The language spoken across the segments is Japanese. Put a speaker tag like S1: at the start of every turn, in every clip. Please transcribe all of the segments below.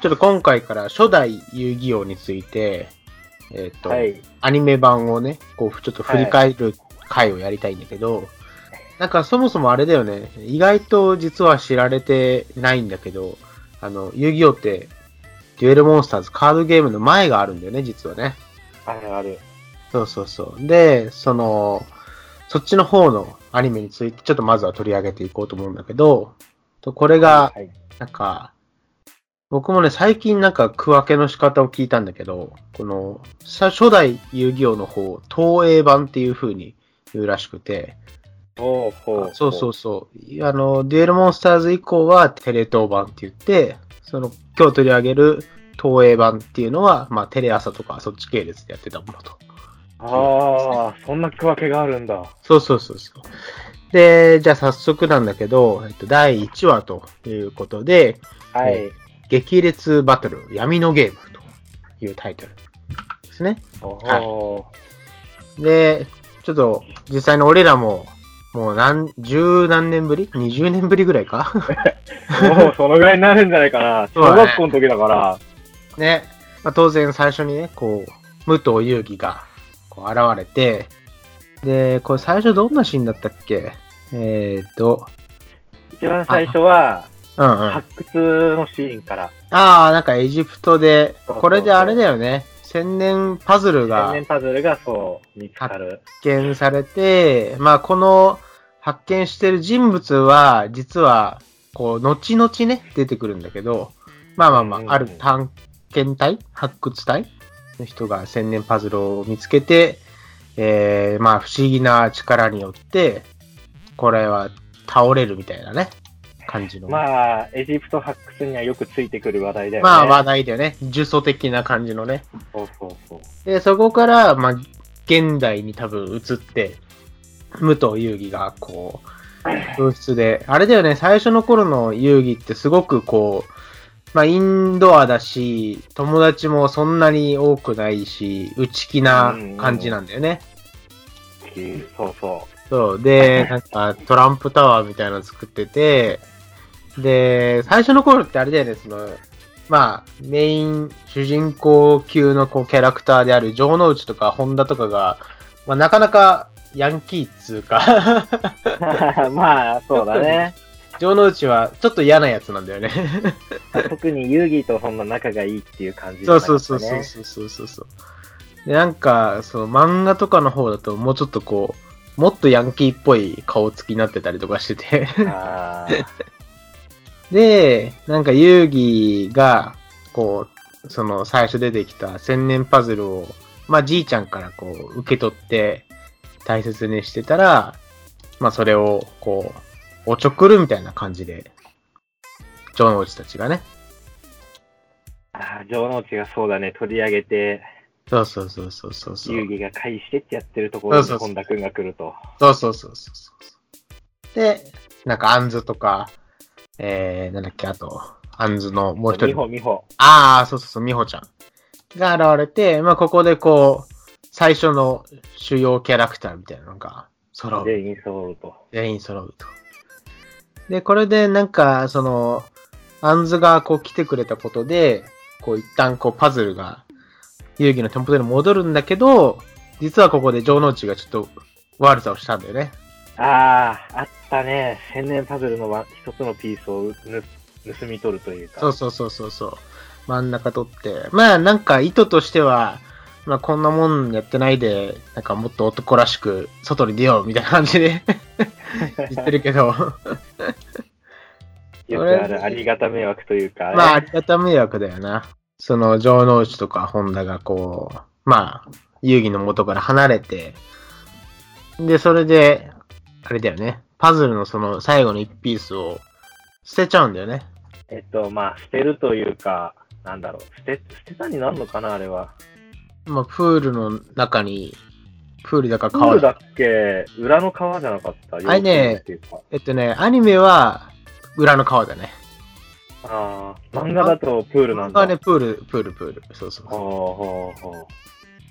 S1: ちょっと今回から初代遊戯王について、えっ、と、
S2: はい。
S1: アニメ版をね、こう、ちょっと振り返る回をやりたいんだけど、なんかそもそもあれだよね、意外と実は知られてないんだけど、あの、遊戯王って、デュエルモンスターズカードゲームの前があるんだよね、実はね。
S2: あるある。
S1: そうそうそう。で、その、そっちの方のアニメについて、ちょっとまずは取り上げていこうと思うんだけど、とこれが、
S2: はい。
S1: なんか、僕もね、最近なんか区分けの仕方を聞いたんだけど、この、さ初代遊戯王の方、東映版っていう風に言うらしくて、
S2: ほうほうほう。
S1: そうそうそう、あの、デュエルモンスターズ以降はテレ東版って言って、その、今日取り上げる東映版っていうのは、まあ、テレ朝とかそっち系列でやってたものと。
S2: ああ、そんな区分けがあるんだ。
S1: そうそうそうそう。で、じゃあ早速なんだけど、えっと、第1話ということで、
S2: はい。
S1: 激烈バトル闇のゲームというタイトルですね。
S2: お
S1: はい
S2: お
S1: で、ちょっと実際に俺らも、もう何、十何年ぶり ?20 年ぶりぐらいか
S2: ー。もうそのぐらいになるんじゃないかな。
S1: そうだ
S2: 小
S1: ね
S2: 学校の時だから。
S1: ね。まあ、当然最初にね、こう、武藤勇樹がこう現れて、で、これ最初どんなシーンだったっけえー、っと、
S2: 一番最初は、
S1: うんうん。あ
S2: 発掘のシーンから。
S1: あー、なんかエジプトで、
S2: そうそうそう
S1: これであれだよね、千年パズルが
S2: 天然パズルがそう、見つかる。
S1: 発見されて、まあ、この発見してる人物は、実は、こう、後々ね、出てくるんだけど、まあまあま
S2: うん
S1: あ、ある探検隊、発掘隊の人が千年パズルを見つけて、えー、まあ、不思議な力によって、これは倒れるみたいなね、感じの。まあ、
S2: まあ、エジプト発掘にはよくついてくる話題だよね。
S1: まあ、話題だよね。呪詛的な感じのね。
S2: そうそうそう。
S1: で、そこから、まあ、現代に多分移って、武藤遊戯が、こう、教室で、あれだよね、最初の頃の遊戯ってすごくこう、まあ、インドアだし、友達もそんなに多くないし、内気な感じなんだよね。
S2: そうそう。
S1: そう。で、なんか、トランプタワーみたいなの作ってて、で、最初の頃ってあれだよね、その、まあ、メイン、主人公級のこうキャラクターである城之内とか本田とかが、まあ、なかなかヤンキーっつうか、
S2: まあ、そう だね。
S1: 城之内はちょっと嫌なやつなんだよ ね。
S2: 特に遊戯とそんな仲がいいっていう感じじゃ
S1: そう
S2: なかった
S1: そ
S2: ね
S1: うそうそうそうそうそう。で、なんか、その漫画とかの方だともうちょっとこう、もっとヤンキーっぽい顔つきになってたりとかしてて。
S2: あー
S1: で、なんか遊戯が、こう、その最初出てきた千年パズルを、まあじいちゃんからこう受け取って大切にしてたら、まあそれをこう、おちょくるみたいな感じで、ジョン王子たちがね。
S2: あー、城之内がそうだね、取り上げて、
S1: そうそうそうそうそうそう。
S2: 遊戯が返してってやってるところに
S1: そうそうそう
S2: 本田君が来ると。
S1: そうそうそうそうそう。で、なんかアンズとか、えー、なんだっけ、あと、アンズのもう一
S2: 美
S1: 人
S2: 穂、美穂。
S1: ああ、そうそうそう、美穂ちゃんが現れて、まあ、ここでこう、最初の主要キャラクターみたいなのが揃う。
S2: 全員揃うと。
S1: 全員揃うと。で、これでなんか、その、アンズがこう来てくれたことで、こう一旦こうパズルが遊戯の店舗で戻るんだけど、実はここで城之内がちょっと悪さをしたんだよね。
S2: ああ、あったね。千年パズルのわ一つのピースをぬ盗み取るというか。
S1: そうそうそうそうそう。真ん中取って。まあなんか意図としては、まあこんなもんやってないで、なんかもっと男らしく外に出ようみたいな感じで 言ってるけど、
S2: よくあるありがた迷惑というか。
S1: まあありがた迷惑だよな。その城之内とか本田がこう、まあ遊戯の元から離れて、で、それで、あれだよね、パズルのその最後の一ピースを捨てちゃうんだよね。
S2: えっと、まあ、捨てるというか、なんだろう。捨て、捨てたになるのかな、あれは。
S1: まあプールの中に、プールだから
S2: プ
S1: 川
S2: ールだっけ裏の川じゃなかった
S1: あれね。
S2: 洋服っていうか
S1: えっとね、アニメは裏の川だね。
S2: ああ、漫画だとプールなんだ。
S1: はね、プール、プール、プール。そうそう
S2: ほ
S1: そ
S2: うほうほ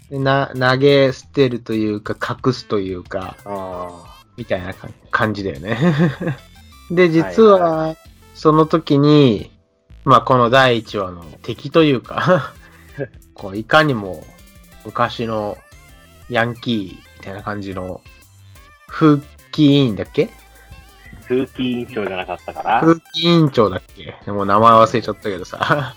S1: うでな。投げ捨てるというか、隠すというか、
S2: う。あ
S1: みたいな 感感じだよね。で、実は、その時に、まあこの第1話の敵という かこういかにも昔のヤンキーみたいな感じの風紀委員だっけ
S2: 風紀委員長じゃなかったかな。
S1: 風紀委員長だっけでも名前忘れちゃったけどさ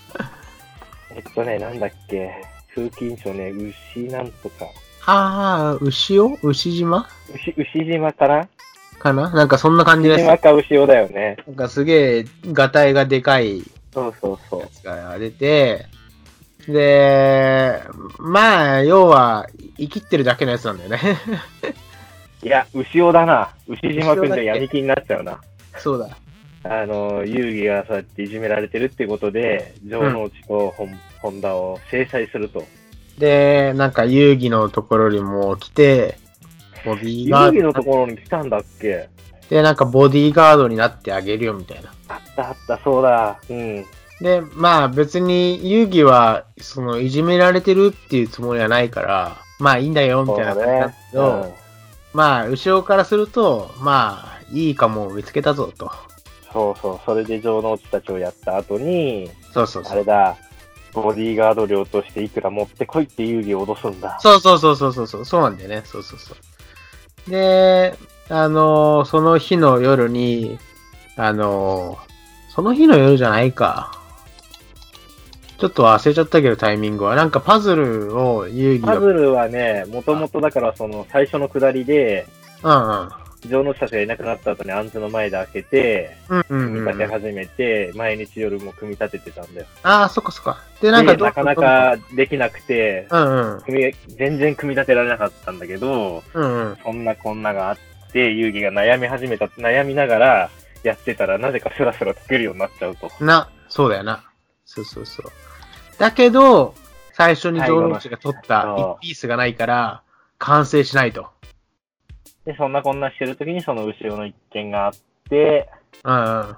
S2: えっとね、なんだっけ。風紀委員長ね、牛なんとか。
S1: ああ、牛尾牛島
S2: 牛、牛島かな
S1: かななんかそんな感じ
S2: 牛
S1: です。
S2: 島か牛尾だよね。
S1: なんかすげえ、ガタイがでかい
S2: そうそうそう
S1: や。つが出て、で、まあ、要は、生きってるだけのやつなんだよ ね。
S2: いや、牛尾だな。牛島くんじゃ闇金になっちゃうな。
S1: そうだ。
S2: あの、遊戯がそうやっていじめられてるってことで、城之内と本本田を制裁すると。
S1: で、なんか遊戯のところにも来て、ボディー
S2: 遊
S1: ガ
S2: 戯の
S1: ー
S2: と
S1: ド。
S2: ころに来たんだっけ
S1: で、なんかボディーガードになってあげるよみたいな。
S2: あったあった、そうだ。うん。
S1: で、まあ別に遊戯は、その、いじめられてるっていうつもりはないから、まあいいんだよみ
S2: そう
S1: たい
S2: だ
S1: な感じなん
S2: ね
S1: だ。けど、
S2: うん
S1: まあ、後ろからすると、まあ、いいかもを見つけたぞと。
S2: そうそう、それで城之内たちをやった後に、
S1: そうそう
S2: あ
S1: そう。
S2: れだ、ボディーガード料としていくら持ってこいって遊戯を脅すんだ。
S1: そうそうそうそうそうそう、そうなんだよね。そうそうそう。で、あのーその日の夜に、あのーその日の夜じゃないか。ちょっと忘れちゃったけど、タイミングは。なんかパズルを遊戯が。
S2: パズルはね、もともとだからその最初の下りで、
S1: う
S2: 城之内たちがいなくなった後に暗図の前で開けて、
S1: んうん。うん
S2: 組
S1: う
S2: み
S1: んう
S2: 立て
S1: ん。
S2: 始めて、毎日夜も組み立ててたんだよ。
S1: ああ、そっかそっか。で、なんか
S2: で
S1: ど
S2: なかな。かできなくて、
S1: うんうん。
S2: 組み全然組み立てられなかったんだけど、
S1: うんうん。
S2: そんなこんながあって、遊戯が悩み始めた、悩みながらやってたら、なぜかスラスラ解けるようになっちゃうと。
S1: な、そうだよな。そうそうそう。だけど、最初に
S2: 最
S1: 城
S2: 後
S1: 之
S2: の
S1: 内が取った
S2: そう
S1: 一ピースがないから、完成しないと。
S2: で、そんなこんなしてるときに、その後ろの一件があって、
S1: うんうん。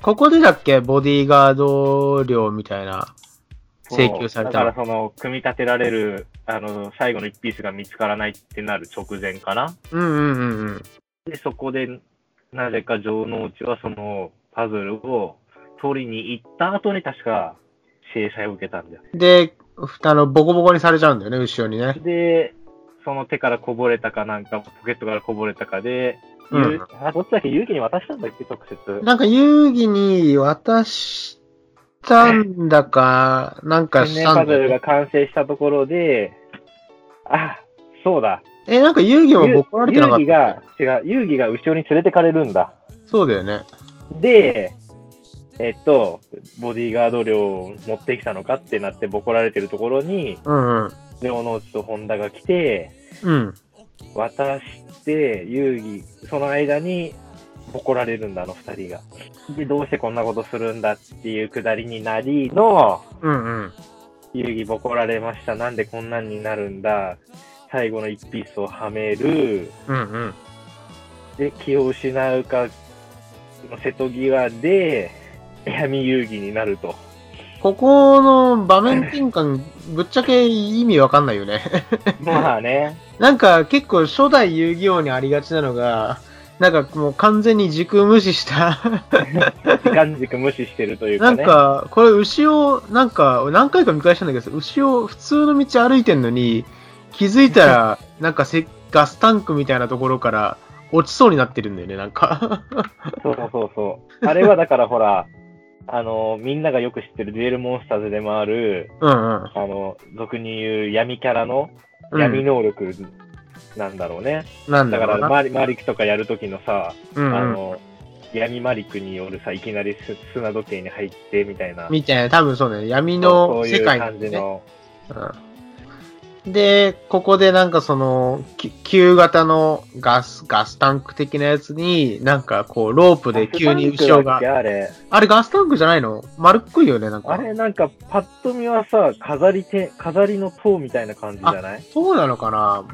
S1: ここでだっけボディーガード料みたいな請求された
S2: そ
S1: の。
S2: うだからその、組み立てられる、あの、最後の一ピースが見つからないってなる直前かな。
S1: うんうんうんうん。
S2: で、そこで、なぜか城之内はその、パズルを取りに行った後に確か、制裁を受けたんだよ。
S1: で、ふあの、ボコボコにされちゃうんだよね、後ろにね。
S2: で、その手からこぼれたかなんか、ポケットからこぼれたかで、
S1: うん
S2: ゆうあどっちだっけ勇気に渡したんだっけ直接。
S1: なんか遊戯に渡したんだか、なんか
S2: 天
S1: し
S2: 然
S1: た
S2: パ
S1: ん
S2: ズ
S1: だ
S2: ル
S1: よ
S2: が
S1: ね。
S2: 完成したところで、あ、そうだ。
S1: え、なんか遊戯も
S2: ゆ
S1: ボコられてなかっ
S2: 遊戯が、違う、遊戯が後ろに連れてかれるんだ。
S1: た。そうだよね。
S2: で、えっと、ボディーガード量を持ってきたのかってなってボコられてるところに、
S1: うんうん。
S2: 城之内と本田が来て、
S1: うん。
S2: 渡して、遊戯、その間に、ボコられるんだ、あの二人が。で、どうしてこんなことするんだっていうくだりになりの、
S1: うんうん。
S2: 遊戯ボコられました、なんでこんなんになるんだ、最後の一ピースをはめる、
S1: うんうん。
S2: で、気を失うか、瀬戸際で、闇遊戯になると。
S1: ここの場面転換、ぶっちゃけ意味わかんないよね。
S2: まあね、
S1: なんか結構初代遊戯王にありがちなのが、なんかもう完全に時空無視した。
S2: 時間軸無視してるという
S1: な
S2: か
S1: ん
S2: ね。
S1: か、これ牛を、なんか何回か見返したんだけど、牛を普通の道歩いてんのに、気づいた ら、なんかせガスタンクみたいなところから落ちそうになってるんだよね、なんか。
S2: そうそうそう。あれはだからほら、 あの、みんながよく知ってるデュエルモンスターズでもある、
S1: うんうん。
S2: あの、俗に言う闇キャラの
S1: うん
S2: 闇能力なんだろうね。
S1: なん
S2: だ
S1: だ
S2: か
S1: ろう
S2: ら
S1: な。
S2: マリ、マリクとかやるときのさ、
S1: うん
S2: あ
S1: うん。
S2: の、闇マリクによるさ、いきなりす砂時計に入ってみたいな、
S1: みたいな、多分そうだよね。闇
S2: そ
S1: の
S2: うい
S1: 世
S2: う
S1: 界
S2: 感じ
S1: ね
S2: の、
S1: うんで、ここでなんかその、き旧型のガス、ガスタンク的なやつに、なんかこう、ロープで急に後ろが
S2: あ。あれ、
S1: あれガスタンクじゃないの丸っこいよね、なんか。
S2: あれなんかパッと見はさ、飾りて、飾りの塔みたいな感じじゃない
S1: そうなのかな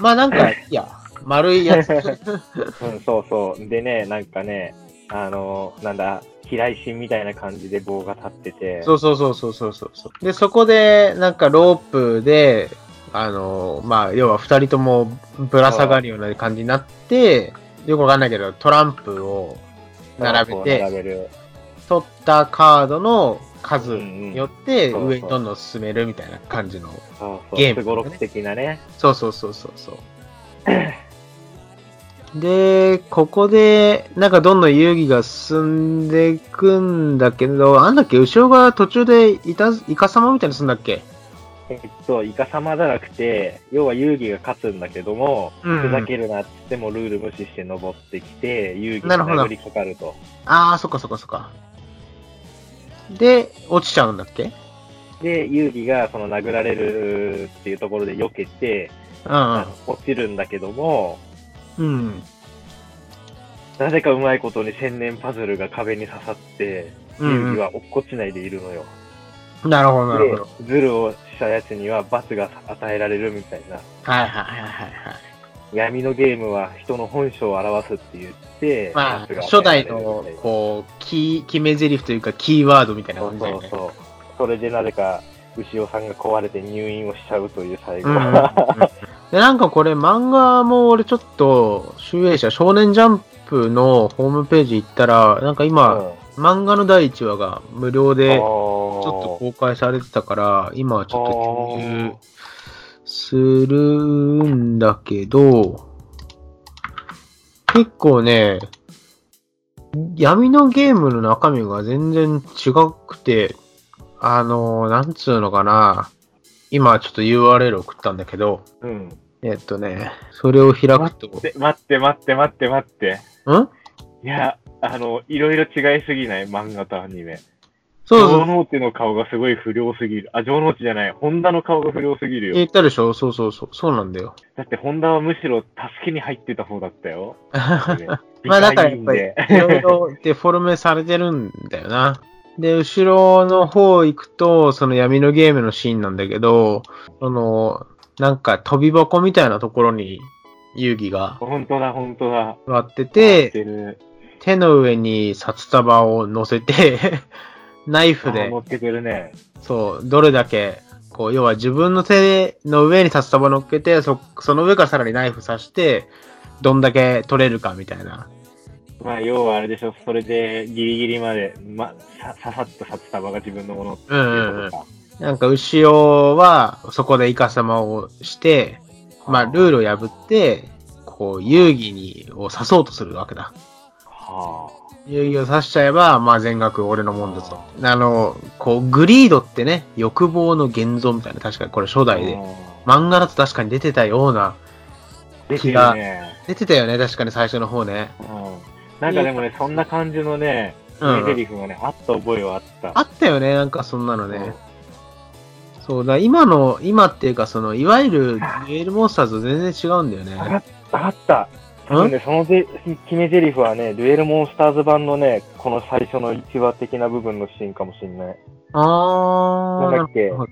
S1: まあなんか、いや、丸いやつ。
S2: うん、そうそう。でね、なんかね、あのーなんだ、飛来心みたいな感じで棒が立ってて、
S1: そうそうそうそうそうそうそう。で、そこで、なんかロープで、あの、まあ、要は二人ともぶら下がるような感じになって、よくわかんないけど、トランプを並べ
S2: こう
S1: て、
S2: 並べる。
S1: 取ったカードの数
S2: うんうん
S1: によって
S2: そうそう
S1: 上にどんどん進めるみたいな感じの。
S2: そうそう
S1: ゲーム
S2: すごろく的なね。
S1: そうそうそうそう そう。で、ここで、なんかどんどん遊戯が進んでいくんだけど、あんだっけ、後ろが途中でいた、イカ様みたいにすんだっけ
S2: えっと、イカ様じゃなくて、要は遊戯が勝つんだけども、
S1: うん
S2: ふざけるなって言ってもルール無視して登ってきて、遊
S1: なる
S2: 戯に
S1: ほど
S2: 殴りかかると。
S1: ああ、そっかそっかそっか。で、落ちちゃうんだっけ
S2: で、遊戯がその殴られるっていうところで避けて、
S1: うん
S2: あの落ちるんだけども、
S1: うん。うん。
S2: なぜかうまいことに千年パズルが壁に刺さって、
S1: う
S2: 遊戯
S1: ん
S2: は落っこちないでいるのよ。
S1: なるほど、なるほど。
S2: で、ズルをしたやつには罰が与えられるみたいな。
S1: はいはいはいはいはい。
S2: 闇のゲームは人の本性を表すって言って、
S1: まあ、
S2: 罰が
S1: 初
S2: 与え
S1: 代
S2: られるみ
S1: の
S2: たいな、
S1: こう、キー、決め台詞というか、キーワードみたいな
S2: そ
S1: 感
S2: う
S1: じだよ
S2: そう
S1: ね。
S2: そう。それでなぜか、牛尾さんが壊れて入院をしちゃうという最後。
S1: うんうんうんでなんかこれ漫画も俺ちょっと、集英社少年ジャンプのホームページ行ったら、なんか今、漫画の第1話が無料でち
S2: ち
S1: ょっと公開されてたから、今はちょっと共有するんだけど、結構ね、闇のゲームの中身が全然違くて、あの、なんつうのかな、今ちょっと URL 送ったんだけど、
S2: うん。
S1: えっとね、それを開くと、
S2: で待って待って待って待って。
S1: ん
S2: いや、あの、いろいろ違いすぎない漫画とアニメ。
S1: そうそ
S2: 城
S1: う、
S2: 之内の顔がすごい不良すぎる。あ、城之内じゃない。ホンダの顔が不良すぎる
S1: 言
S2: よ。
S1: ったでしょそうそうそう、そうなんだよ。
S2: だってホンダはむしろ助けに入ってた方だった よ。
S1: まあだからやっぱり
S2: 理解人で、
S1: いろいろデフォルメされてるんだよな。で、後ろの方行くと、その闇のゲームのシーンなんだけど、その、なんか飛び箱みたいなところに遊戯が
S2: 本当だ、本当だ。
S1: 割って、
S2: 合ってる
S1: 手の上に札束を乗せて、 ナイフ
S2: あ
S1: で
S2: 乗、ってくるね。
S1: そう、どれだけ、こう、要は自分の手の上に札束乗っけて、そ、その上からさらにナイフ刺して、どんだけ取れるかみたいな。
S2: まあ、要はあれでしょ、それでギリギリまで、ま、さささっと札束が自分のものって
S1: うん
S2: いう
S1: うんうん
S2: ことか。
S1: なんか、牛尾は、そこでイカ様をして、まあ、ルールを破って、こう、遊戯に、を刺そうとするわけだ。
S2: は
S1: 遊戯を刺しちゃえば、まあ、全額俺のもんだと。あの、こう、グリードってね、欲望の現像みたいな、確かこれ初
S2: あ。
S1: 代で。
S2: うん
S1: 漫画だと確かに出てたような、
S2: 出てるね。
S1: 出てたよね、確かに最初の方ね。
S2: うん。なんかでもね、そんな感じのね、
S1: う
S2: 名台
S1: ん。
S2: 詞がね、あった覚えはあった。
S1: あったよね、なんかそんなの
S2: うん
S1: ね。そうだ、今の、今っていうか、その、いわゆる、デュエルモンスターズと全然違うんだよね。
S2: あった。多分ね、そのぜ決め台詞はね、デュエルモンスターズ版のね、この最初の一話的な部分のシーンかもしれない。
S1: あー。
S2: なんだっけ
S1: ほど、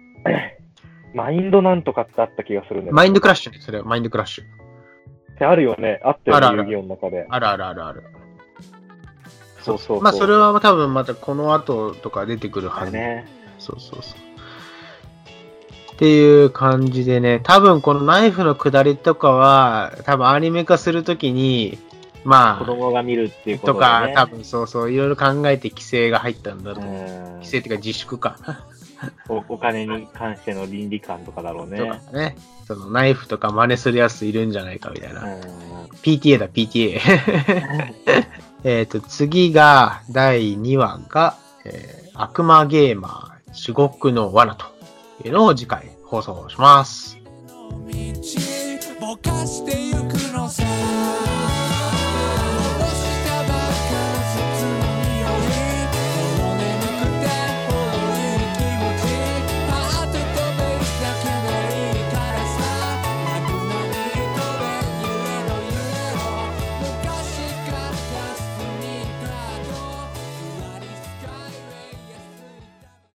S2: マインドなんとかってあった気がするんだよね。
S1: マインドクラッシュね、それはマインドクラッシュ。
S2: ってあるよね。あった
S1: あるあ
S2: よ
S1: る
S2: ね、遊戯王の中で。
S1: あるあるあるある。
S2: そうそうそう
S1: まあ、それは多分またこの後とか出てくるはず。
S2: ね。
S1: そうそうそう。っていう感じでね、多分このナイフの下りとかは、多分アニメ化するときに、ま
S2: 子
S1: あ、
S2: 供が見るっていうこと
S1: とか、多
S2: だね。
S1: 分そうそう、いろいろ考えて規制が入ったんだと思う。
S2: うん
S1: 規制っていうか自粛か。
S2: おお金に関しての倫理観とかだろうね。
S1: とかね。そのナイフとか真似するやついるんじゃないかみたいな。
S2: うん
S1: PTA だ、PTA。えっと、次が、第2話が、えー悪魔ゲーマー、至極の罠というのを次回放送します。
S3: 道ぼかしてゆくのさ